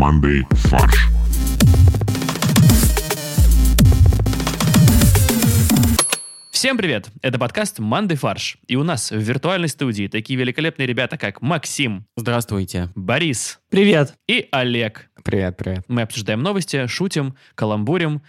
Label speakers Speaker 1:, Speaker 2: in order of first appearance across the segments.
Speaker 1: Monday фарш.
Speaker 2: Всем привет! Это подкаст «Манды фарш». И у нас в виртуальной студии такие великолепные ребята, как Максим,
Speaker 3: Здравствуйте.
Speaker 2: Борис
Speaker 4: Привет.
Speaker 2: и Олег.
Speaker 3: Привет, привет.
Speaker 2: Мы обсуждаем новости, шутим, каламбурим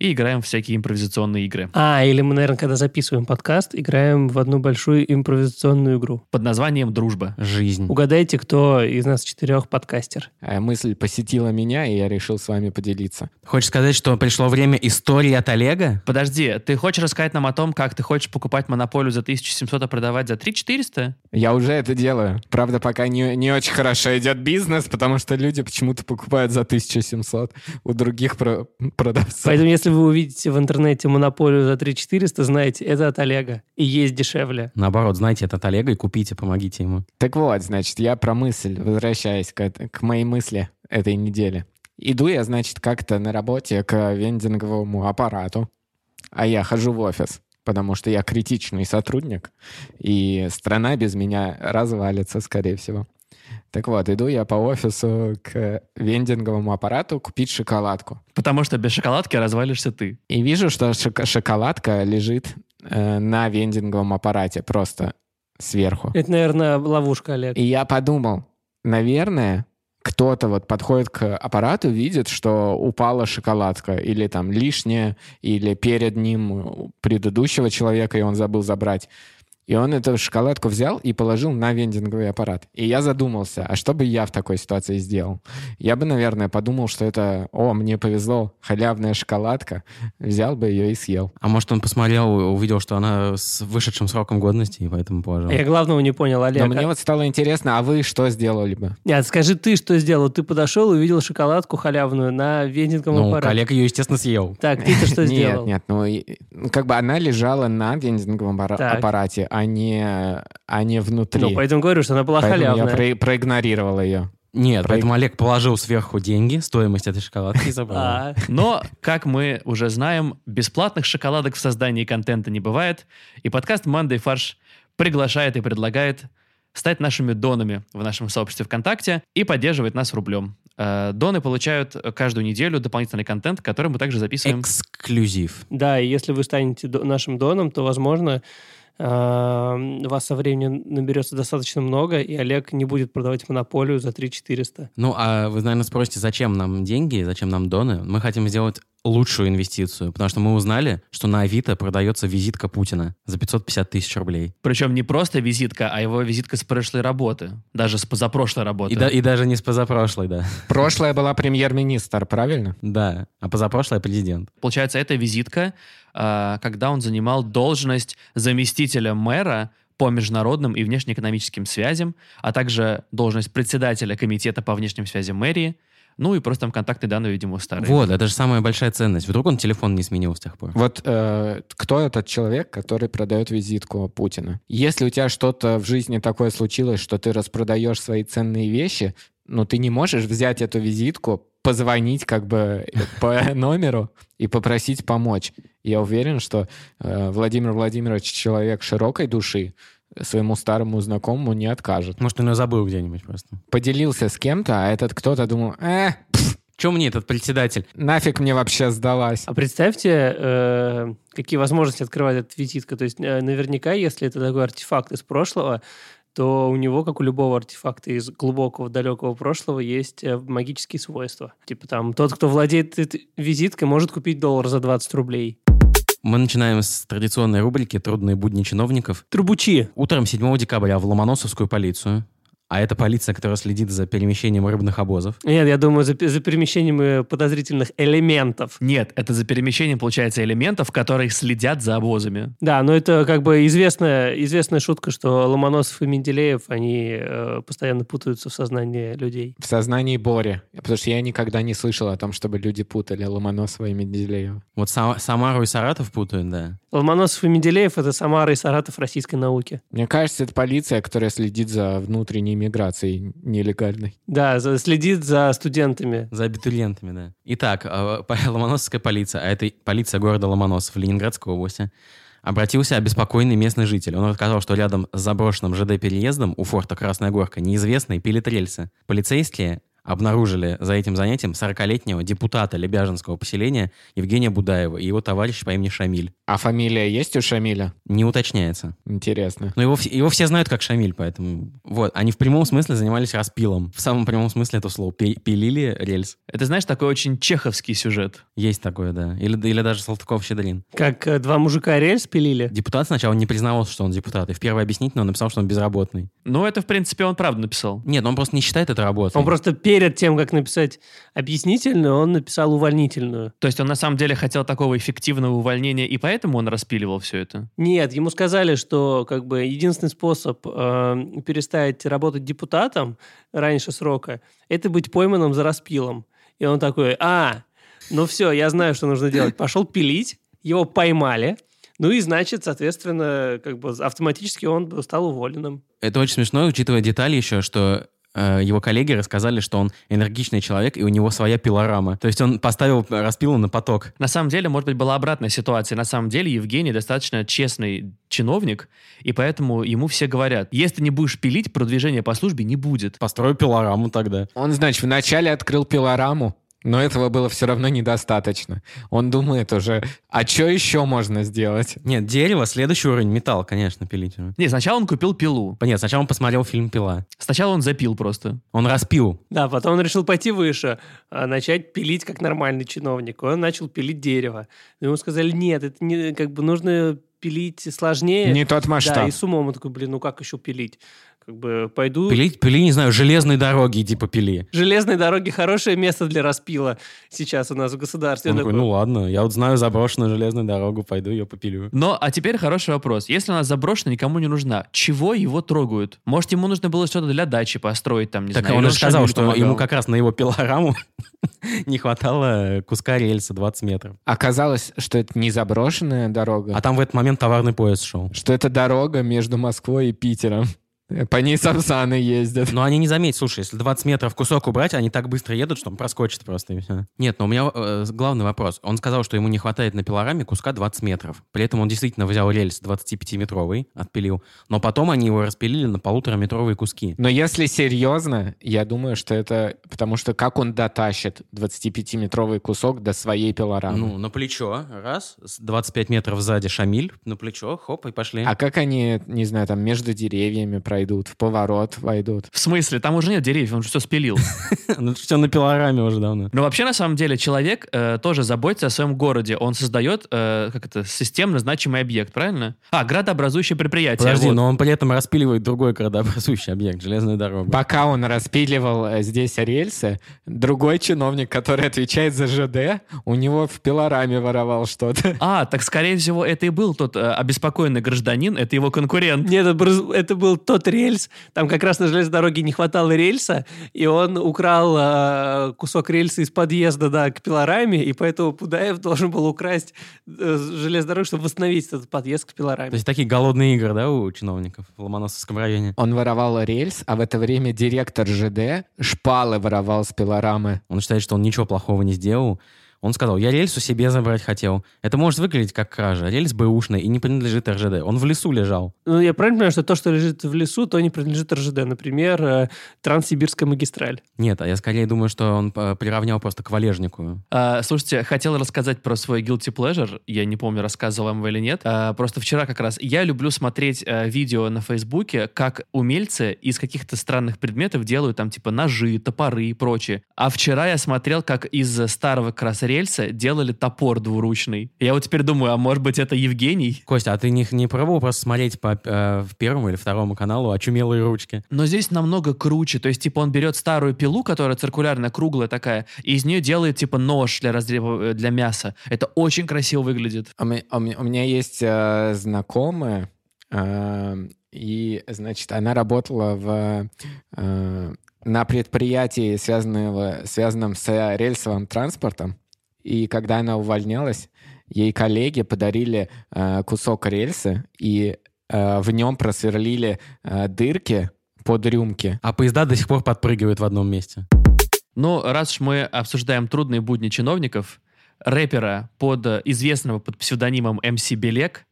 Speaker 2: и играем в всякие импровизационные игры.
Speaker 4: А, или мы, наверное, когда записываем подкаст, играем в одну большую импровизационную игру.
Speaker 2: Под названием «Дружба».
Speaker 3: Жизнь.
Speaker 4: Угадайте, кто из нас четырех подкастер.
Speaker 5: Э, Мысль посетила меня, и я решил с вами поделиться.
Speaker 3: Хочешь сказать, что пришло время истории от Олега?
Speaker 2: Подожди, ты хочешь рассказать нам о том, как ты хочешь покупать монополию за 1700, а продавать за 3400?
Speaker 5: Я уже это делаю. Правда, пока не, не очень хорошо идет бизнес, потому что люди почему-то покупают за 1700 у других про- продавцов.
Speaker 4: Поэтому, если вы увидите в интернете монополию за 3400, знаете, это от Олега. И есть дешевле.
Speaker 3: Наоборот, знаете, это от Олега и купите, помогите ему.
Speaker 5: Так вот, значит, я про мысль, возвращаясь к, эт- к моей мысли этой недели. Иду я, значит, как-то на работе к вендинговому аппарату, а я хожу в офис, потому что я критичный сотрудник, и страна без меня развалится, скорее всего. Так вот, иду я по офису к вендинговому аппарату купить шоколадку.
Speaker 2: Потому что без шоколадки развалишься ты.
Speaker 5: И вижу, что шока- шоколадка лежит э, на вендинговом аппарате просто сверху.
Speaker 4: Это, наверное, ловушка, Олег.
Speaker 5: И я подумал, наверное, кто-то вот подходит к аппарату, видит, что упала шоколадка или там лишняя, или перед ним у предыдущего человека, и он забыл забрать. И он эту шоколадку взял и положил на вендинговый аппарат. И я задумался, а что бы я в такой ситуации сделал? Я бы, наверное, подумал, что это, о, мне повезло, халявная шоколадка, взял бы ее и съел.
Speaker 3: А может, он посмотрел, увидел, что она с вышедшим сроком годности, и поэтому положил.
Speaker 4: Я главного не понял, Олег.
Speaker 5: Ну. Но мне
Speaker 4: А-
Speaker 5: вот стало интересно, а вы что сделали бы?
Speaker 4: Нет, скажи ты, что сделал. Ты подошел и увидел шоколадку халявную на вендинговом
Speaker 3: Ну,
Speaker 4: аппарате.
Speaker 3: Олег ее, естественно, съел.
Speaker 4: Так, ты-то что сделал?
Speaker 5: Нет, нет, ну и, ну, как бы она лежала на вендинговом аппара-
Speaker 4: Так.
Speaker 5: аппарате, а не, а не внутри.
Speaker 4: Ну, поэтому говорю, что она была
Speaker 5: Поэтому я
Speaker 4: халявная.
Speaker 5: про- проигнорировал ее.
Speaker 3: Нет,
Speaker 5: Проиг-
Speaker 3: поэтому Олег положил сверху деньги, стоимость этой шоколадки и забрал.
Speaker 4: А,
Speaker 2: Но, как мы уже знаем, бесплатных шоколадок в создании контента не бывает, и подкаст «Мандай фарш» приглашает и предлагает стать нашими донами в нашем сообществе ВКонтакте и поддерживать нас рублем. Э, Доны получают каждую неделю дополнительный контент, который мы также записываем.
Speaker 3: Эксклюзив.
Speaker 4: Да, и если вы станете до- нашим доном, то, возможно, эм, вас со временем наберется достаточно много, и Олег не будет продавать монополию за 3 400.
Speaker 3: Ну, а вы, наверное, спросите, зачем нам деньги, зачем нам доны? Мы хотим сделать лучшую инвестицию, потому что мы узнали, что на Авито продается визитка Путина за 550 тысяч рублей.
Speaker 2: Причем не просто визитка, а его визитка с прошлой работы. Даже с позапрошлой работы.
Speaker 3: И, да- и даже не с позапрошлой, да.
Speaker 5: Прошлая была премьер-министр, правильно?
Speaker 3: Да, а позапрошлая президент.
Speaker 2: Получается, это визитка, а, когда он занимал должность заместителя мэра по международным и внешнеэкономическим связям, а также должность председателя комитета по внешним связям мэрии, ну и просто там контактные данные, видимо, старые.
Speaker 3: Вот, это же самая большая ценность. Вдруг он телефон не сменил с тех пор.
Speaker 5: Вот э, кто этот человек, который продает визитку Путина? Если у тебя что-то в жизни такое случилось, что ты распродаешь свои ценные вещи, но ты не можешь взять эту визитку, позвонить как бы по номеру и попросить помочь. Я уверен, что э, Владимир Владимирович человек широкой души, своему старому знакомому не откажет.
Speaker 3: Может, он ее забыл где-нибудь просто.
Speaker 5: Поделился с кем-то, а этот кто-то думал, э,
Speaker 3: Че мне этот председатель?
Speaker 5: нафиг мне вообще сдалась.
Speaker 4: А представьте, э, какие возможности открывает эта визитка. То есть э, наверняка, если это такой артефакт из прошлого, то у него, как у любого артефакта из глубокого, далекого прошлого, есть э, магические свойства. Типа там, тот, кто владеет этой визиткой, может купить доллар за 20 рублей.
Speaker 3: Мы начинаем с традиционной рубрики «Трудные будни чиновников».
Speaker 4: Трубучи.
Speaker 3: Утром 7 декабря в Ломоносовскую полицию, а это полиция, которая следит за перемещением рыбных обозов,
Speaker 4: Нет, я думаю, за, пе- за перемещением э, подозрительных элементов.
Speaker 2: Нет, это за перемещением, получается, элементов, которые следят за обозами.
Speaker 4: Да, но это как бы известная, известная шутка, что Ломоносов и Менделеев, они э, постоянно путаются в сознании людей.
Speaker 5: в сознании Бори. Потому что я никогда не слышал о том, чтобы люди путали Ломоносова и Менделеева.
Speaker 3: вот Са- Самару и Саратов путают, да.
Speaker 4: Ломоносов и Менделеев — это Самара и Саратов российской науки.
Speaker 5: Мне кажется, это полиция, которая следит за внутренней миграцией нелегальной.
Speaker 4: Да, за- следит за студентами.
Speaker 3: За абитуриентами, да. Итак, э, по- Ломоносовская полиция, а это и полиция города Ломоносов в Ленинградской области, обратился обеспокоенный местный житель. Он рассказал, что рядом с заброшенным ЖД-переездом у форта Красная Горка неизвестные пилит рельсы. Полицейские обнаружили за этим занятием 40-летнего депутата Лебяжинского поселения Евгения Будаева и его товарища по имени Шамиль.
Speaker 5: А фамилия есть у Шамиля?
Speaker 3: Не уточняется.
Speaker 5: Интересно.
Speaker 3: Но его, все- его все знают как Шамиль, поэтому... Вот, они в прямом смысле занимались распилом. В самом прямом смысле этого слова. Пи- Пилили рельс.
Speaker 2: Это, знаешь, такой очень чеховский сюжет.
Speaker 3: Есть такое, да. Или, или даже Салтыков-Щедрин.
Speaker 4: Как э, два мужика рельс пилили.
Speaker 3: Депутат сначала не признавался, что он депутат. И в первой объяснительной он написал, что он безработный.
Speaker 2: Ну, это, в принципе, он правда написал.
Speaker 3: Нет, он просто не считает это работой.
Speaker 4: Он просто перед тем, как написать объяснительную, он написал увольнительную.
Speaker 2: То есть он на самом деле хотел такого эффективного увольнения, и поэтому он распиливал все это.
Speaker 4: Нет, ему сказали, что как бы единственный способ э, перестать работать депутатом раньше срока – это быть пойманным за распилом. И он такой: "А, ну все, я знаю, что нужно делать". Пошел пилить, его поймали. Ну и значит, соответственно, как бы автоматически он стал уволенным.
Speaker 3: Это очень смешно, учитывая детали еще, что э, его коллеги рассказали, что он энергичный человек, и у него своя пилорама. То есть он поставил распилу на поток.
Speaker 2: На самом деле, может быть, была обратная ситуация. На самом деле, Евгений достаточно честный чиновник, и поэтому ему все говорят, если ты не будешь пилить, продвижения по службе не будет.
Speaker 3: Построю пилораму тогда.
Speaker 5: Он, значит, вначале открыл пилораму, но этого было все равно недостаточно. Он думает уже, а что еще можно сделать?
Speaker 3: Нет, дерево, следующий уровень, металл, конечно, пилить. уже.
Speaker 2: Не, сначала он купил пилу.
Speaker 3: Нет, сначала он посмотрел фильм «Пила».
Speaker 2: Сначала он запил просто.
Speaker 3: Он распил.
Speaker 4: Да, потом он решил пойти выше, а, начать пилить как нормальный чиновник. Он начал пилить дерево. Но Ему сказали, нет, это не, как бы нужно пилить сложнее.
Speaker 5: Не тот
Speaker 3: А
Speaker 4: Да,
Speaker 5: масштаб.
Speaker 4: и с умом он такой, блин, ну как еще пилить? Как бы пойду...
Speaker 3: Пилить, пили, не знаю, железные дороги, типа, иди попили.
Speaker 4: Железные дороги хорошее место для распила сейчас у нас в государстве.
Speaker 3: Он
Speaker 4: Он
Speaker 3: такой,
Speaker 4: такой,
Speaker 3: ну ладно, я вот знаю заброшенную железную дорогу, пойду ее попилю.
Speaker 2: Но, а теперь хороший вопрос. Если она заброшена, никому не нужна, чего его трогают? Может, ему нужно было что-то для дачи построить, там, не
Speaker 3: Так
Speaker 2: знаю.
Speaker 3: он
Speaker 2: или
Speaker 3: же сказал,
Speaker 2: Шамилю
Speaker 3: что
Speaker 2: помогал.
Speaker 3: ему как раз на его пилораму не хватало куска рельса 20 метров.
Speaker 5: Оказалось, что это не заброшенная дорога,
Speaker 3: А там в этот момент товарный поезд шел.
Speaker 5: что это дорога между Москвой и Питером. По ней самсаны ездят.
Speaker 3: Но они не заметят, слушай, если 20 метров кусок убрать, они так быстро едут, что он проскочит просто и все. Нет, но у меня э, главный вопрос. Он сказал, что ему не хватает на пилораме куска 20 метров. При этом он действительно взял рельс 25-метровый, отпилил, но потом они его распилили на полутораметровые куски.
Speaker 5: Но если серьезно, я думаю, что это... Потому что как он дотащит 25-метровый кусок до своей пилорамы?
Speaker 3: Ну, на плечо, раз, с 25 метров сзади Шамиль, на плечо, хоп, и пошли.
Speaker 5: А как они, не знаю, там между деревьями пройдут, в поворот войдут?
Speaker 2: В смысле? Там уже нет деревьев, он же все спилил.
Speaker 3: Ну, все на пилораме уже давно.
Speaker 2: Но вообще, на самом деле, человек э, тоже заботится о своем городе. Он создает, э, как это, системно значимый объект, правильно? А, градообразующее предприятие.
Speaker 3: Подожди,
Speaker 2: вот.
Speaker 3: но он при этом распиливает другой градообразующий объект, железную дорогу.
Speaker 5: Пока он распиливал э, здесь рельсы, другой чиновник, который отвечает за ЖД, у него в пилораме воровал что-то.
Speaker 2: А, так, скорее всего, это и был тот э, обеспокоенный гражданин, это его конкурент.
Speaker 4: Нет, это брыз- это был тот рельс. Там как раз на железной дороге не хватало рельса, и он украл э, кусок рельса из подъезда да, к пилораме, и поэтому Пудаев должен был украсть э, с железной дороги, чтобы восстановить этот подъезд к пилораме.
Speaker 3: То есть такие голодные игры, да, у чиновников в Ломоносовском районе?
Speaker 5: Он воровал рельс, а в это время директор ЖД шпалы воровал с пилорамы.
Speaker 3: Он считает, что он ничего плохого не сделал. Он сказал, я рельсу себе забрать хотел. Это может выглядеть как кража. Рельс бэушный и не принадлежит РЖД. Он в лесу лежал.
Speaker 4: Ну, я правильно понимаю, что то, что лежит в лесу, то не принадлежит РЖД. Например, э, Транссибирская магистраль.
Speaker 3: Нет, а я скорее думаю, что он э, приравнял просто к валежнику.
Speaker 2: А, слушайте, хотел рассказать про свой guilty pleasure. Я не помню, рассказывал вам вы или нет. А, просто вчера как раз. Я люблю смотреть э, видео на Фейсбуке, как умельцы из каких-то странных предметов делают там типа ножи, топоры и прочее. А вчера я смотрел, как из старого как раз рельса делали топор двуручный. Я вот теперь думаю, а может быть это Евгений?
Speaker 3: Костя, а ты не, не пробовал просто смотреть по э, первому или второму каналу «Очумелые ручки»?
Speaker 2: Но здесь намного круче. То есть, типа, он берет старую пилу, которая циркулярная, круглая такая, и из нее делает, типа, нож для разрева э, для мяса. Это очень красиво выглядит.
Speaker 5: У ме- а у ме- у меня есть э, знакомая, э, и, значит, она работала в, э, на предприятии, связанного, связанном с э, рельсовым транспортом. И когда она увольнялась, ей коллеги подарили э, кусок рельса, и э, в нем просверлили э, дырки под рюмки.
Speaker 3: А поезда до сих пор подпрыгивают в одном месте.
Speaker 2: Ну, раз уж мы обсуждаем трудные будни чиновников, рэпера под э, известного под псевдонимом MC Белек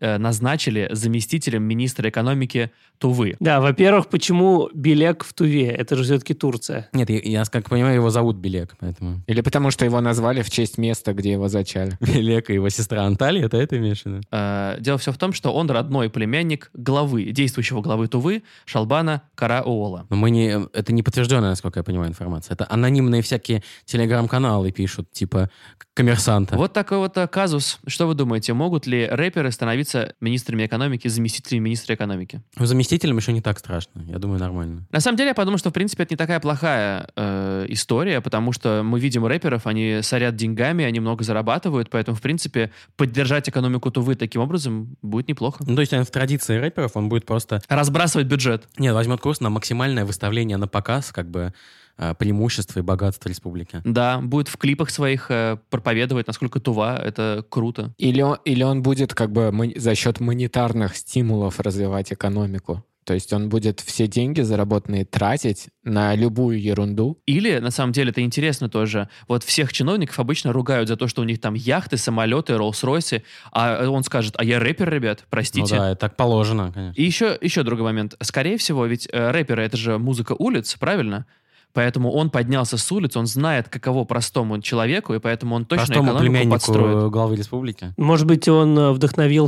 Speaker 2: э, назначили заместителем министра экономики Тувы.
Speaker 4: Да, во-первых, почему Белек в Туве? Это же все-таки Турция.
Speaker 3: Нет, я, я, как понимаю, его зовут Белек, поэтому...
Speaker 5: Или потому что его назвали в честь места, где его зачали.
Speaker 3: Белек и его сестра Анталия, это это имеешь в виду?
Speaker 2: Э, дело все в том, что он родной племянник главы, действующего главы Тувы, Шалбана Караоола.
Speaker 3: Но мы не... Это не подтвержденная, насколько я понимаю, информация. Это анонимные всякие телеграм-каналы пишут, типа к- коммерсанта.
Speaker 2: Вот такой вот э, казус. Что вы думаете, могут ли рэперы становиться министрами экономики, заместителями министра экономики?
Speaker 3: Ну, Заместителям еще не так страшно. Я думаю, нормально.
Speaker 2: На самом деле, я подумал, что, в принципе, это не такая плохая э, история, потому что мы видим рэперов, они сорят деньгами, они много зарабатывают, поэтому, в принципе, поддержать экономику Тувы таким образом будет неплохо.
Speaker 3: Ну, то есть, наверное, в традиции рэперов он будет просто...
Speaker 2: Разбрасывать бюджет.
Speaker 3: Нет, возьмет курс на максимальное выставление на показ, как бы, э, преимущества и богатства республики. Ну
Speaker 2: Да, будет в клипах своих э, проповедовать, насколько Тува — это круто.
Speaker 5: Или он, или он будет как бы мон- за счет монетарных стимулов развивать экономику. То есть он будет все деньги заработанные тратить на любую ерунду.
Speaker 2: Или, на самом деле, это интересно тоже, вот всех чиновников обычно ругают за то, что у них там яхты, самолеты, Роллс-Ройсы, а он скажет, а я рэпер, ребят,
Speaker 3: Ну
Speaker 2: простите.
Speaker 3: да, это так положено, конечно.
Speaker 2: И еще, еще другой момент. Скорее всего, ведь э, рэперы — это же музыка улиц, правильно? Поэтому он поднялся с улиц, он знает, каково простому человеку, и поэтому он точно
Speaker 3: Простому
Speaker 2: экономику
Speaker 3: племяннику
Speaker 2: подстроит.
Speaker 3: э, главы республики.
Speaker 4: Может быть, он э,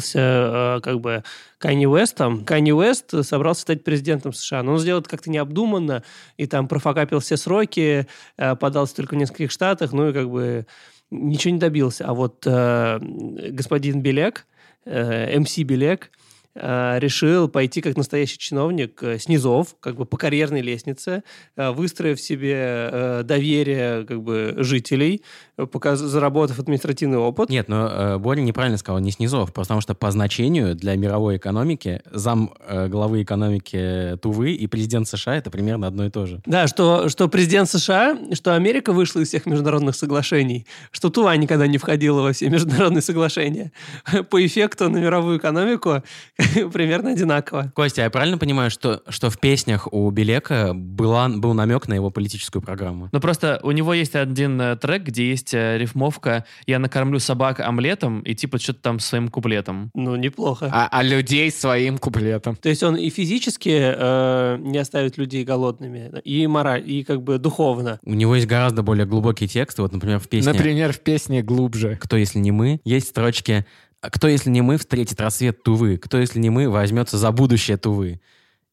Speaker 4: вдохновился э, как бы Канни Уэстом. Канни Уэст э, собрался стать президентом США, но он сделал это как-то необдуманно, и там профокапил все сроки, э, подался только в нескольких штатах, ну и как бы ничего не добился. А вот э, господин Белек, МС Белек, э, решил пойти как настоящий чиновник э, снизов, как бы по карьерной лестнице, э, выстроив себе э, доверие как бы жителей, э, показ- заработав административный опыт.
Speaker 3: Нет, но э, Боря неправильно сказал, не снизов, потому что по значению для мировой экономики зам э, главы экономики Тувы и президент США это примерно одно и то же.
Speaker 4: Да, что, что президент США, что Америка вышла из всех международных соглашений, что Тува никогда не входила во все международные соглашения. По эффекту на мировую экономику примерно одинаково.
Speaker 3: Костя, я правильно понимаю, что, что в песнях у Белека была, был намек на его политическую программу?
Speaker 2: Ну просто у него есть один э, трек, где есть э, рифмовка «Я накормлю собак омлетом» и типа что-то там своим куплетом.
Speaker 4: Ну, неплохо.
Speaker 5: А, а людей своим куплетом.
Speaker 4: То есть он и физически э, не оставит людей голодными, и мораль, и как бы духовно.
Speaker 3: У него есть гораздо более глубокие тексты, вот, например, в песне
Speaker 5: Например, в песне «Глубже».
Speaker 3: «Кто, если не мы?» есть строчки «А «Кто, если не мы, встретит рассвет Тувы? Кто, если не мы, возьмется за будущее Тувы?»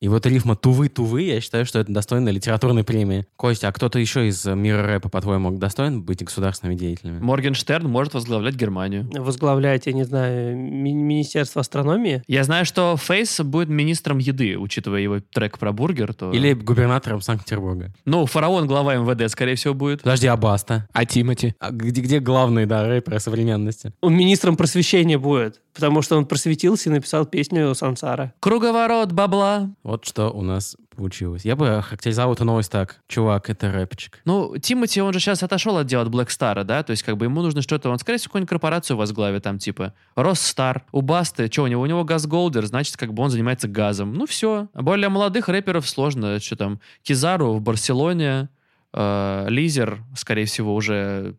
Speaker 3: И вот рифма «Тувы-Тувы», я считаю, что это достойно литературной премии. Костя, а кто-то еще из э, мира рэпа, по-твоему, достоин быть государственными деятелями?
Speaker 2: Моргенштерн может возглавлять Германию.
Speaker 4: Возглавляет, я не знаю, ми- Министерство астрономии.
Speaker 2: Я знаю, что Фейс будет министром еды, учитывая его трек про бургер. То...
Speaker 3: Или губернатором Санкт-Петербурга?
Speaker 2: Ну, фараон глава МВД, скорее всего, будет.
Speaker 3: Подожди, а Баста?
Speaker 5: А Тимати?
Speaker 3: А где, где главный, да, рэпер современности?
Speaker 4: Он министром просвещения будет, потому что он просветился и написал песню Сансара.
Speaker 2: Круговорот бабла.
Speaker 3: Вот что у нас получилось. Я бы характеризовал эту новость так. Чувак, это рэпчик.
Speaker 2: Ну, Тимати, он же сейчас отошел от дела от Блэк Стара, да? То есть, как бы ему нужно что-то... Он, скорее всего, какую-нибудь корпорацию возглавит, там, типа, Росстар. У Басты, что у него? У него Газголдер, значит, как бы он занимается газом. Ну, все. Более молодых рэперов сложно. Что там? Кизару в Барселоне. э, Лизер, скорее всего, уже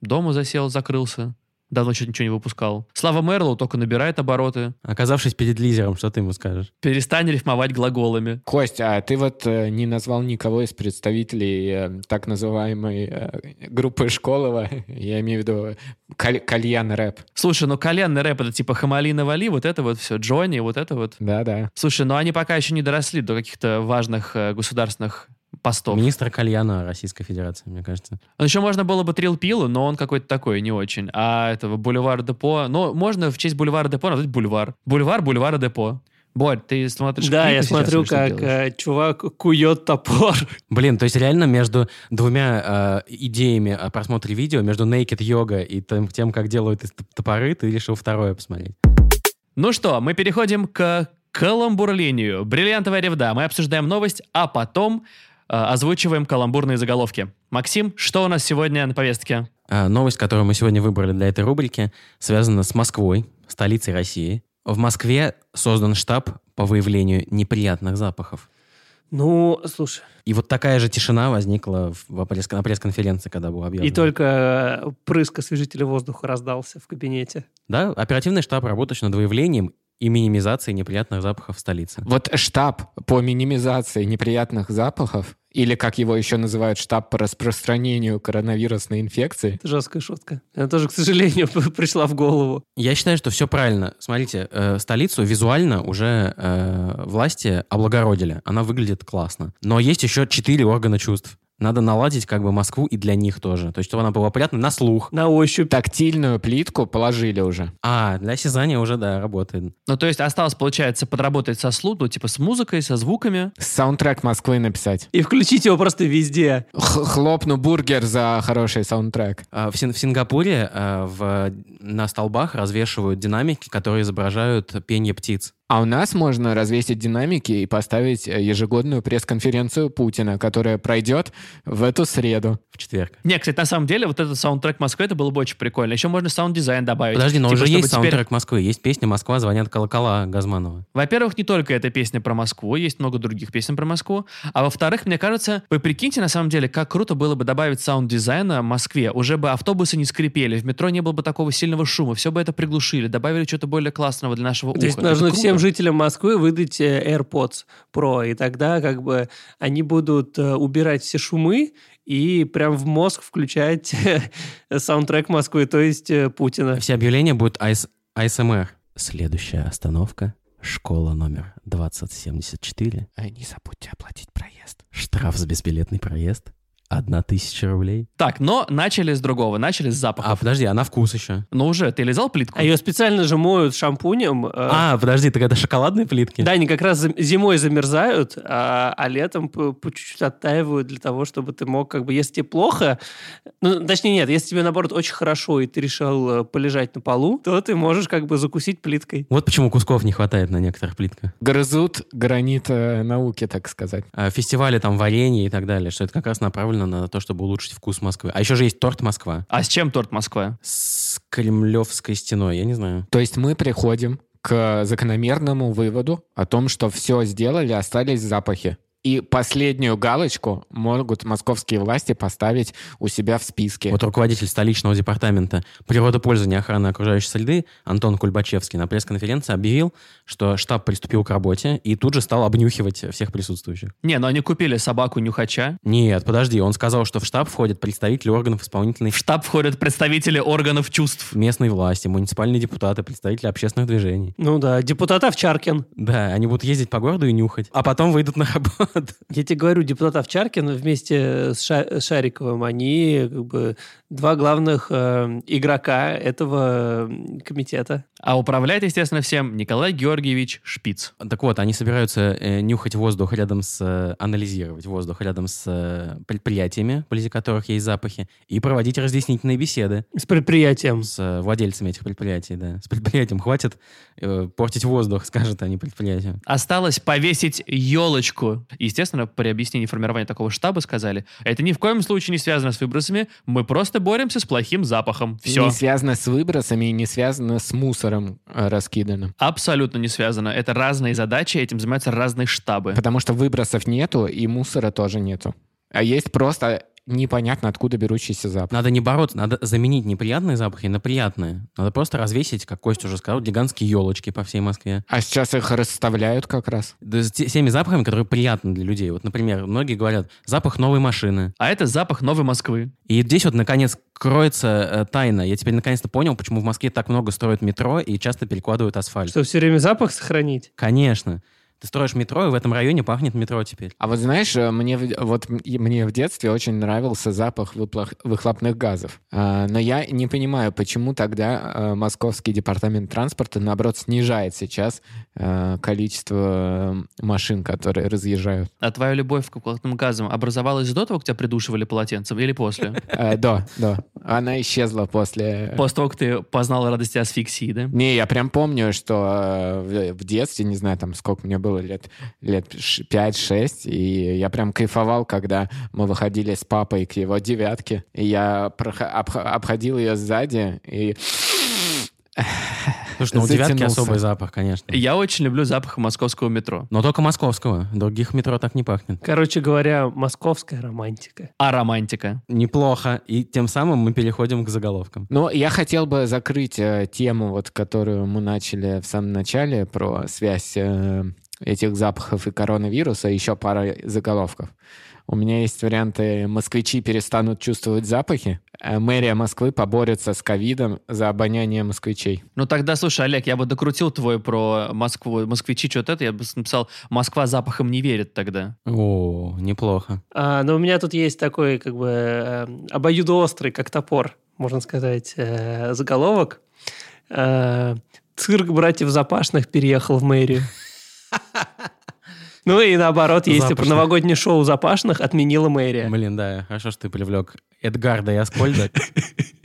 Speaker 2: дома засел, закрылся. Давно что-то ничего не выпускал. Слава Мерлоу только набирает обороты.
Speaker 3: Оказавшись перед лидером, что ты ему скажешь?
Speaker 2: Перестань рифмовать глаголами.
Speaker 5: Кость, а ты вот э, не назвал никого из представителей э, так называемой э, группы Школова, я имею в виду э, каль- кальян-рэп.
Speaker 2: Слушай, ну коленный рэп это типа Хамалина Вали, вот это вот все, Джонни, вот это вот.
Speaker 5: Да-да.
Speaker 2: Слушай, ну они пока еще не доросли до каких-то важных э, государственных постов.
Speaker 3: Министр кальяна Российской Федерации, мне кажется.
Speaker 2: Ну, еще можно было бы Трил Пилу, но он какой-то такой, не очень. А этого Бульвар Депо... Ну, можно в честь Бульвара Депо назвать Бульвар. Бульвар Бульвара Депо. Борь, ты смотришь
Speaker 4: Да,
Speaker 2: клипы
Speaker 4: я
Speaker 2: сейчас
Speaker 4: смотрю,
Speaker 2: или что
Speaker 4: как
Speaker 2: делаешь?
Speaker 4: э, чувак кует топор.
Speaker 3: Блин, то есть реально между двумя э, идеями о просмотре видео, между Naked Yoga и тем, тем, как делают из топ- топоры, ты решил второе посмотреть.
Speaker 2: Ну что, мы переходим к каламбурлинию. Бриллиантовая ревда. Мы обсуждаем новость, а потом э, озвучиваем каламбурные заголовки. Максим, что у нас сегодня на повестке?
Speaker 3: А, новость, которую мы сегодня выбрали для этой рубрики, связана с Москвой, столицей России. В Москве создан штаб по выявлению неприятных запахов.
Speaker 4: Ну, слушай,
Speaker 3: И вот такая же тишина возникла в, в пресс- на пресс-конференции, когда был объявлен.
Speaker 4: и только э, прыск освежителя воздуха раздался в кабинете.
Speaker 3: Да, оперативный штаб работает над выявлением и минимизацией неприятных запахов в столице.
Speaker 5: Вот штаб по минимизации неприятных запахов, или, как его еще называют, штаб по распространению коронавирусной инфекции,
Speaker 4: Это жесткая шутка. Она тоже, к сожалению, пришла в голову.
Speaker 3: Я считаю, что все правильно. Смотрите, э, столицу визуально уже э, власти облагородили. Она выглядит классно. Но есть еще четыре органа чувств. Надо наладить как бы Москву и для них тоже. То есть, чтобы она была приятна на слух.
Speaker 4: На ощупь.
Speaker 5: тактильную плитку положили уже.
Speaker 3: А, для осязания уже, да, работает.
Speaker 2: Ну, то есть осталось, получается, подработать со слу, ну, типа с музыкой, со звуками.
Speaker 5: Саундтрек Москвы написать.
Speaker 4: И включить его просто везде.
Speaker 5: Х- хлопну бургер за хороший саундтрек.
Speaker 3: А, В, Син- в Сингапуре э, в, на столбах развешивают динамики, которые изображают пение птиц.
Speaker 5: А у нас можно развесить динамики и поставить э, ежегодную пресс-конференцию Путина, которая пройдет в эту среду.
Speaker 3: В четверг.
Speaker 2: Не, кстати, на самом деле, вот этот саундтрек Москвы, это было бы очень прикольно. Еще можно саунд-дизайн добавить.
Speaker 3: Подожди, но
Speaker 2: Типа,
Speaker 3: уже
Speaker 2: чтобы
Speaker 3: есть
Speaker 2: теперь-
Speaker 3: саундтрек Москвы. Есть песня «Москва. Звонят колокола» Газманова.
Speaker 2: Во-первых, не только эта песня про Москву, есть много других песен про Москву. А во-вторых, мне кажется, вы прикиньте, на самом деле, как круто было бы добавить саунд-дизайна в Москве. Уже бы автобусы не скрипели, в метро не было бы такого сильного шума, все бы это приглушили, добавили что-то более классного для нашего
Speaker 4: То есть
Speaker 2: уха.
Speaker 4: нужно
Speaker 2: Это
Speaker 4: всем
Speaker 2: круто.
Speaker 4: жителям Москвы выдать э, AirPods Pro, и тогда как бы они будут э, убирать все шумы и прям в мозг включать э, саундтрек Москвы, то есть э, Путина.
Speaker 3: Все объявления будут АС- АСМР. Следующая остановка — школа номер 2074.
Speaker 5: Э, Не забудьте оплатить проезд.
Speaker 3: Штраф за безбилетный проезд — 1000 рублей.
Speaker 2: Так, но начали с другого, начали с запаха.
Speaker 3: А, подожди, а на вкус еще?
Speaker 2: Но уже, ты лизал плитку?
Speaker 4: А ее специально же моют шампунем. э,
Speaker 3: А, подожди, так это шоколадные плитки?
Speaker 4: Да, они как раз зам- зимой замерзают, а, а летом по по чуть-чуть оттаивают для того, чтобы ты мог, как бы, если тебе плохо, ну, точнее, нет, если тебе, наоборот, очень хорошо, и ты решил э, полежать на полу, то ты можешь, как бы, закусить плиткой.
Speaker 3: Вот почему кусков не хватает на некоторых плитках.
Speaker 5: Грызут гранит э, науки, так сказать.
Speaker 3: А, Фестивали там варенье и так далее, что это как раз направлено на то, чтобы улучшить вкус Москвы. А еще же есть торт Москва
Speaker 2: А с чем торт Москва?
Speaker 3: с кремлевской стеной, я не знаю.
Speaker 5: То есть мы приходим к закономерному выводу о том, что все сделали, остались запахи. И последнюю галочку могут московские власти поставить у себя в списке.
Speaker 3: Вот руководитель столичного департамента природопользования и охраны окружающей среды Антон Кульбачевский на пресс-конференции объявил, что штаб приступил к работе и тут же стал обнюхивать всех присутствующих.
Speaker 2: Не, ну они купили собаку-нюхача.
Speaker 3: Нет, подожди, он сказал, что в штаб входят представители органов исполнительной
Speaker 2: В штаб входят представители органов чувств.
Speaker 3: местной власти, муниципальные депутаты, представители общественных движений.
Speaker 4: Ну да, депутат Овчаркин.
Speaker 3: Да, они будут ездить по городу и нюхать, а потом выйдут на работу.
Speaker 4: Я тебе говорю, депутат Овчаркин вместе с Ша- Шариковым, они, как бы, два главных э, игрока этого м, комитета.
Speaker 2: А управляет, естественно, всем Николай Георгиевич Шпиц.
Speaker 3: Так вот, они собираются э, нюхать воздух рядом с... э, анализировать воздух рядом с э, предприятиями, вблизи которых есть запахи, и проводить разъяснительные беседы
Speaker 4: С предприятием.
Speaker 3: с э, владельцами этих предприятий, да. С предприятием хватит э, портить воздух, скажут они предприятию.
Speaker 2: Осталось повесить елочку. Естественно, при объяснении формирования такого штаба сказали, это ни в коем случае не связано с выбросами, мы просто боремся с плохим запахом. Все.
Speaker 5: Не связано с выбросами и не связано с мусором э, раскиданным.
Speaker 2: Абсолютно не связано. Это разные задачи, этим занимаются разные штабы.
Speaker 5: Потому что выбросов нету и мусора тоже нету. А есть просто непонятно откуда берущийся запах.
Speaker 3: Надо не бороться, надо заменить неприятные запахи на приятные. Надо просто развесить, как Костя уже сказал, гигантские елочки по всей Москве.
Speaker 5: А сейчас их расставляют как раз.
Speaker 3: Да, с те- теми запахами, которые приятны для людей. Вот, например, многие говорят, запах новой машины.
Speaker 2: А это запах Новой Москвы.
Speaker 3: И здесь вот, наконец, кроется э, тайна. Я теперь наконец-то понял, почему в Москве так много строят метро и часто перекладывают асфальт.
Speaker 4: Чтобы все время запах сохранить.
Speaker 3: Конечно. Ты строишь метро, и в этом районе пахнет метро теперь.
Speaker 5: А вот знаешь, э, мне в- вот м- и мне в детстве очень нравился запах выплах- выхлопных газов. А, Но я не понимаю, почему тогда э, Московский департамент транспорта, наоборот, снижает сейчас э, количество э, машин, которые разъезжают.
Speaker 2: А твоя любовь к выхлопным газам образовалась до того, как тебя придушивали полотенцем или после?
Speaker 5: Э, Да, да. Она исчезла после... э,
Speaker 2: После того, как ты познал радости асфиксии, да?
Speaker 5: Не, я прям помню, что э, в в детстве, не знаю, там сколько мне было лет, лет 5-6, и я прям кайфовал, когда мы выходили с папой к его девятке, и я прох- обх- обходил ее сзади, и
Speaker 3: Слушай, ну у девятки
Speaker 5: Затянулся.
Speaker 3: особый запах, конечно.
Speaker 2: Я очень люблю запах московского метро.
Speaker 3: Но только московского. Других метро так не пахнет.
Speaker 4: Короче говоря, московская романтика.
Speaker 2: А романтика?
Speaker 3: Неплохо. И тем самым мы переходим к заголовкам.
Speaker 5: Но я хотел бы закрыть э, тему, вот, которую мы начали в самом начале, про связь э, этих запахов и коронавируса, еще пара заголовков. У меня есть варианты «Москвичи перестанут чувствовать запахи», э, «Мэрия Москвы поборется с ковидом за обоняние москвичей».
Speaker 2: Ну тогда, слушай, Олег, я бы докрутил твой про Москву, москвичи, что-то это, я бы с- написал «Москва запахом не верит» тогда.
Speaker 3: О, неплохо.
Speaker 4: А, но у меня тут есть такой, как бы, э, обоюдоострый, как топор, можно сказать, э, заголовок. Э, Цирк братьев Запашных переехал в мэрию. Ну и наоборот, есть типа,
Speaker 3: Запашных.
Speaker 4: новогоднее шоу Запашных отменила мэрия.
Speaker 3: Блин, да, хорошо, что ты привлек Эдгарда и Аскольда.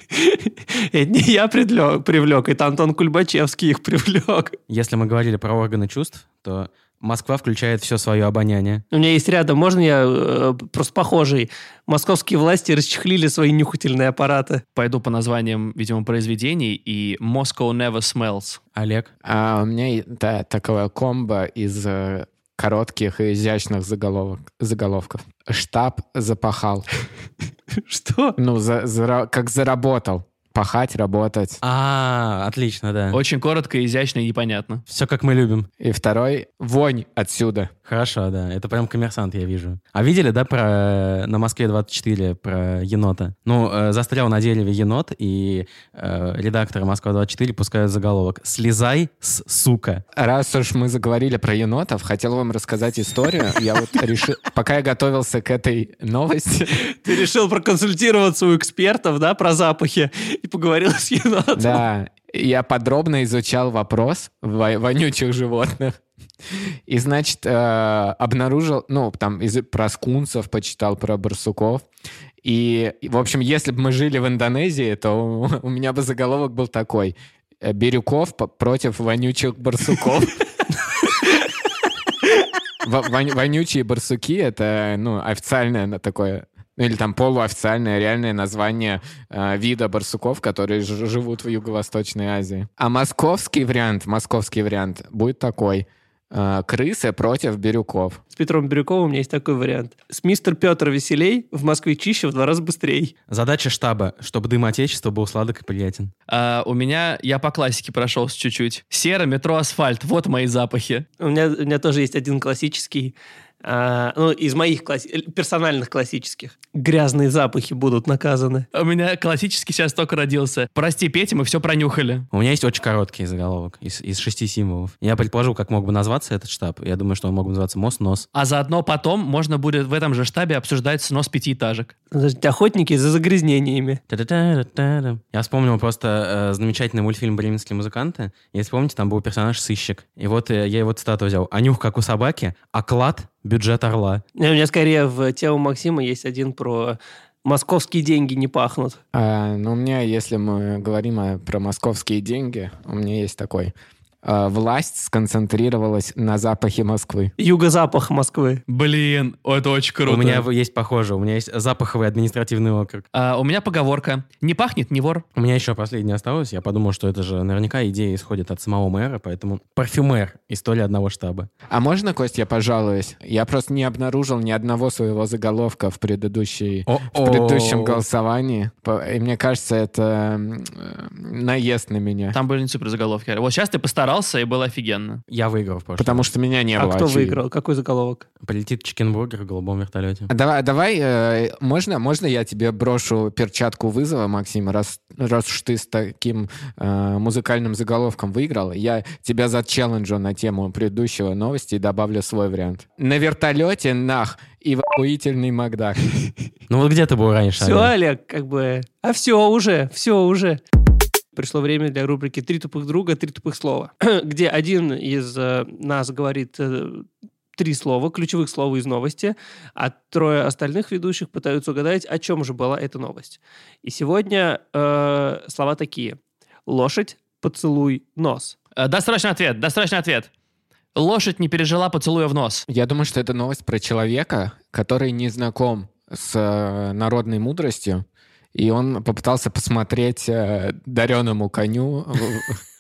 Speaker 4: Это не я предлё- привлек, это Антон Кульбачевский их привлек.
Speaker 3: Если мы говорили про органы чувств, то Москва включает все свое обоняние.
Speaker 4: У меня есть рядом, можно я э, просто похожий? Московские власти расчехлили свои нюхательные аппараты.
Speaker 2: Пойду по названиям, видимо, произведений, и «Moscow never smells».
Speaker 3: Олег,
Speaker 5: А у меня и- да, такое комбо из э, коротких и изящных заголовок, заголовков. «Штаб запахал».
Speaker 4: Что?
Speaker 5: Ну, за- зара- как заработал. Пахать, работать.
Speaker 3: А, отлично, да.
Speaker 2: Очень коротко, изящно и непонятно.
Speaker 3: Все как мы любим.
Speaker 5: И второй «Вонь отсюда».
Speaker 3: Хорошо, да. Это прям коммерсант, я вижу. А видели, да, про э, на Москве 24 про енота? Ну, э, застрял на дереве енот, и э, редакторы Москва 24 пускают заголовок «Слезай с сука».
Speaker 5: Раз уж мы заговорили про енотов, хотел вам рассказать историю. Я вот решил, пока я готовился к этой новости,
Speaker 4: Ты решил проконсультироваться у экспертов, да, про запахи и поговорил с енотом.
Speaker 5: да, я подробно изучал вопрос во- вонючих животных. И, значит, э, обнаружил, ну, там, из- про скунсов почитал, про барсуков. И, в общем, если бы мы жили в Индонезии, то у меня бы заголовок был такой. э, Бирюков по- против вонючих барсуков. Во- воню- Вонючие барсуки — это ну, официальное на- такое, ну или там полуофициальное реальное название э, вида барсуков, которые ж- живут в Юго-Восточной Азии. А московский вариант, московский вариант будет такой. э, крысы против бирюков.
Speaker 4: С Петром Бирюковым у меня есть такой вариант. С мистер Петр веселей, в Москве чище, в два раза быстрее.
Speaker 3: Задача штаба, чтобы дым отечества был сладок и приятен.
Speaker 2: А, у меня, я по классике прошелся чуть-чуть. Сера, метро, асфальт, вот мои запахи.
Speaker 4: У меня, у меня тоже есть один классический, а, ну, из моих класс- э, персональных классических. Грязные запахи будут наказаны.
Speaker 2: А У меня классический сейчас только родился. Прости, Петя, мы все пронюхали.
Speaker 3: У меня есть очень короткий заголовок из, из шести символов. Я предположил, как мог бы назваться этот штаб. Я думаю, что он мог бы называться «Мос-нос».
Speaker 2: А заодно потом можно будет в этом же штабе обсуждать снос пятиэтажек.
Speaker 4: Значит, охотники за загрязнениями.
Speaker 3: Та-да-да-да-да. Я вспомнил просто э, замечательный мультфильм «Бременские музыканты». Если помните, там был персонаж сыщик. И вот э, я его цитату взял. «А нюх, как у собаки, а клад — бюджет орла».
Speaker 4: Не, У меня скорее в тему Максима есть один про московские деньги не пахнут.
Speaker 5: А, ну, у меня, если мы говорим о- про московские деньги, у меня есть такой. э, власть сконцентрировалась на запахе Москвы.
Speaker 4: Юго-запах Москвы.
Speaker 2: Блин, о, это очень круто.
Speaker 3: У меня в- есть похоже. У меня есть запаховый административный округ.
Speaker 2: А, у меня поговорка. Не пахнет, не вор.
Speaker 3: У меня еще последнее осталось. Я подумал, что это же наверняка идея исходит от самого мэра, поэтому парфюмер. История одного штаба.
Speaker 5: А можно, Кость, я пожалуюсь? Я просто не обнаружил ни одного своего заголовка в предыдущей
Speaker 3: О,
Speaker 5: в предыдущем голосовании. По- И мне кажется, это м, э, наезд на меня.
Speaker 2: Там были не супер заголовки. Вот сейчас ты постарался, и было офигенно.
Speaker 3: Я выиграл в прошлом.
Speaker 5: Потому что меня не
Speaker 4: а
Speaker 5: было.
Speaker 4: кто
Speaker 5: очевидно.
Speaker 4: выиграл? Какой заголовок?
Speaker 3: Полетит чикенбургер в голубом вертолете.
Speaker 5: А Давай, давай э, можно, можно я тебе брошу перчатку вызова, Максим, раз, раз уж ты с таким э, музыкальным заголовком выиграл, я тебя зачелленджу на тему предыдущего новости и добавлю свой вариант. На вертолете нах и в охуительный Макдак.
Speaker 3: Ну вот где ты был раньше?
Speaker 4: Все,
Speaker 3: Олег?
Speaker 4: Олег, как бы... А все уже, все уже. Пришло время для рубрики «Три тупых друга, три тупых слова», где один из э, нас говорит э, три слова, ключевых слова из новости, а трое остальных ведущих пытаются угадать, о чем же была эта новость. И сегодня э, слова такие. «Лошадь», «Поцелуй», «Нос».
Speaker 2: А, досрочный ответ, досрочный ответ. Лошадь не пережила поцелуя в нос.
Speaker 5: Я думаю, что это новость про человека, который не знаком с э, народной мудростью и он попытался посмотреть э, дареному коню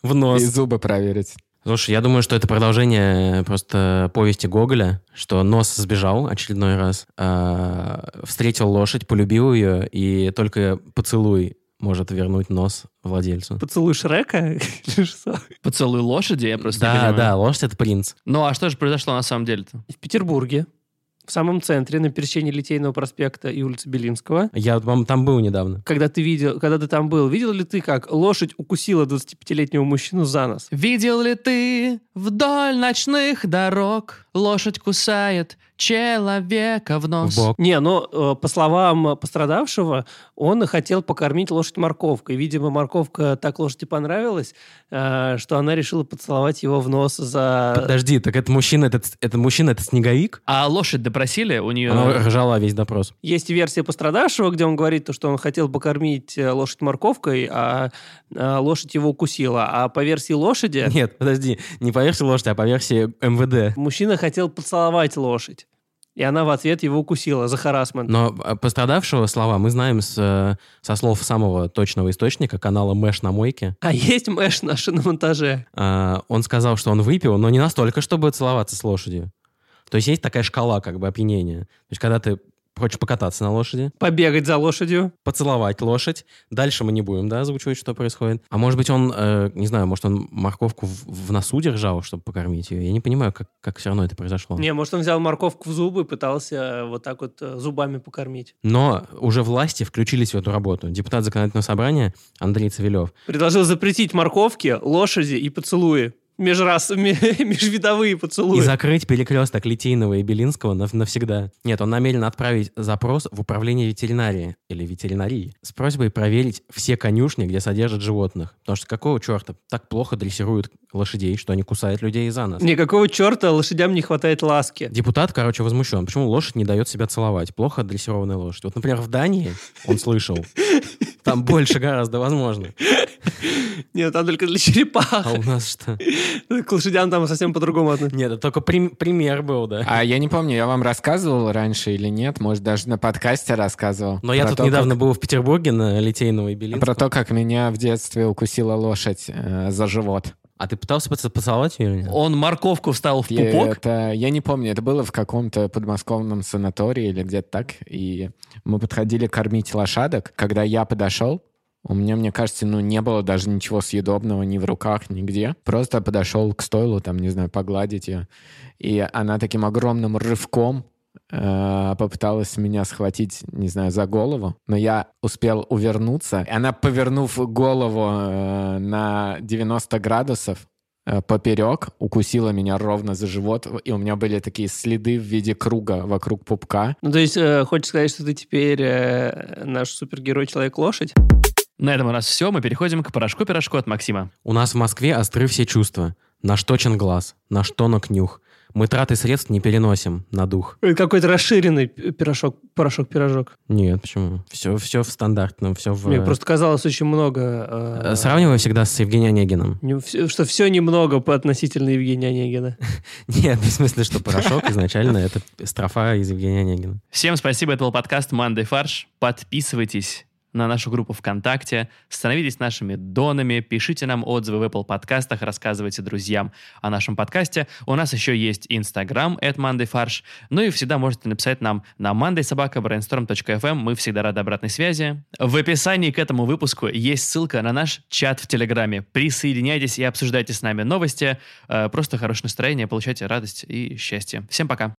Speaker 3: В
Speaker 5: э, и
Speaker 3: нос.
Speaker 5: зубы проверить.
Speaker 3: Слушай, я думаю, что это продолжение просто повести Гоголя, что нос сбежал очередной раз, а, встретил лошадь, полюбил ее, и только поцелуй может вернуть нос владельцу.
Speaker 4: Поцелуй Шрека? или что?
Speaker 2: Поцелуй лошади, я просто не
Speaker 3: Да,
Speaker 2: понимаю.
Speaker 3: да, лошадь — это принц.
Speaker 2: Ну а что же произошло на самом деле-то?
Speaker 4: В Петербурге, в самом центре, на пересечении Литейного проспекта и улицы Белинского,
Speaker 3: Я, по-моему, там был недавно.
Speaker 4: когда ты видел, когда ты там был, видел ли ты, как лошадь укусила 25-летнего мужчину за нос?
Speaker 2: Видел ли ты вдоль ночных дорог лошадь кусает человека в нос?
Speaker 3: В бок.
Speaker 4: Не, но э, по словам пострадавшего, он хотел покормить лошадь морковкой. Видимо, морковка так лошади понравилась, э, что она решила поцеловать его в нос за...
Speaker 3: Подожди, так этот мужчина, этот, этот мужчина, это снеговик?
Speaker 2: А лошадь допросили? У нее...
Speaker 3: Она ржала весь допрос.
Speaker 4: Есть версия пострадавшего, где он говорит, то, что он хотел покормить э, лошадь морковкой, а э, лошадь его укусила. А по версии лошади...
Speaker 3: Нет, подожди, не по версии лошади, а по версии МВД.
Speaker 4: Мужчина хотел поцеловать лошадь. И она в ответ его укусила за харасмент.
Speaker 3: Но э, пострадавшего слова мы знаем с, э, со слов самого точного источника, канала Мэш на мойке.
Speaker 4: А есть Мэш наши на монтаже.
Speaker 3: А, он сказал, что он выпил, но не настолько, чтобы целоваться с лошадью. То есть есть такая шкала как бы опьянения. То есть когда ты хочешь покататься на лошади,
Speaker 4: Побегать за лошадью.
Speaker 3: поцеловать лошадь, дальше мы не будем, да, озвучивать, что происходит. А может быть он, э, не знаю, может он морковку в, в носу держал, чтобы покормить ее? Я не понимаю, как, как все равно это произошло.
Speaker 4: Не, может, он взял морковку в зубы и пытался э, вот так вот э, зубами покормить.
Speaker 3: Но уже власти включились в эту работу. Депутат законодательного собрания Андрей Цивилев.
Speaker 4: Предложил запретить морковки, лошади и поцелуи. Межрас, ме- межвидовые поцелуи.
Speaker 3: И закрыть перекресток Литейного и Белинского нав- навсегда. Нет, он намерен отправить запрос в управление ветеринарии или ветеринарии с просьбой проверить все конюшни, где содержат животных. Потому что какого черта так плохо дрессируют лошадей, что они кусают людей за нас?
Speaker 4: Никакого черта лошадям не хватает ласки.
Speaker 3: Депутат, короче, возмущен. Почему лошадь не дает себя целовать? Плохо дрессированная лошадь. Вот, например, в Дании, он слышал, там больше гораздо возможно.
Speaker 4: Нет, там только для черепах.
Speaker 3: А у нас что?
Speaker 4: К лошадям там совсем по-другому относятся.
Speaker 3: Нет, это только прим- пример был, да.
Speaker 5: А я не помню, я вам рассказывал раньше или нет, может, даже на подкасте рассказывал.
Speaker 3: Но я
Speaker 5: А Про
Speaker 3: тут
Speaker 5: то,
Speaker 3: недавно был в Петербурге на Литейного и
Speaker 5: как-
Speaker 3: Белинского.
Speaker 5: Про то, как меня в детстве укусила лошадь э, за живот.
Speaker 3: А ты пытался поц- поцеловать ее или нет?
Speaker 2: Он морковку вставил в
Speaker 5: Я,
Speaker 2: пупок?
Speaker 5: это, я не помню, это было в каком-то подмосковном санатории или где-то так. И мы подходили кормить лошадок. Когда я подошел, у меня, мне кажется, ну, не было даже ничего съедобного ни в руках, нигде. Просто подошел к стойлу, там, не знаю, погладить ее. И она таким огромным рывком э, попыталась меня схватить, не знаю, за голову, но я успел увернуться. И Она, повернув голову э, на 90 градусов, э, поперек, укусила меня ровно за живот, и у меня были такие следы в виде круга вокруг пупка.
Speaker 4: Ну, то есть, э, хочешь сказать, что ты теперь э, наш супергерой-человек-лошадь?
Speaker 2: На этом у нас все. Мы переходим к порошку-пирожку от Максима.
Speaker 3: У нас в Москве остры все чувства. Наш точен глаз, наш тонок нюх. Мы траты средств не переносим на дух.
Speaker 4: Э, Какой-то расширенный пи- пирожок, порошок-пирожок.
Speaker 3: Нет, почему? Все, все в стандартном, все в...
Speaker 4: Мне просто казалось очень много...
Speaker 3: э,
Speaker 4: э,
Speaker 3: Сравниваю всегда с Евгением Онегином.
Speaker 4: не- всё- что все немного по относительно Евгения Онегина.
Speaker 3: Нет, в смысле, что порошок изначально это строфа из Евгения Онегина.
Speaker 2: Всем спасибо, это был подкаст «Мандай фарш». Подписывайтесь на нашу группу ВКонтакте, становитесь нашими донами, пишите нам отзывы в Apple подкастах, рассказывайте друзьям о нашем подкасте. У нас еще есть Instagram, at фарш. Ну и всегда можете написать нам на mandaysobakabrainstorm.fm. эм». Мы всегда рады обратной связи. В описании к этому выпуску есть ссылка на наш чат в Телеграме. Присоединяйтесь и обсуждайте с нами новости. Э, Просто хорошее настроение, получайте радость и счастье. Всем пока!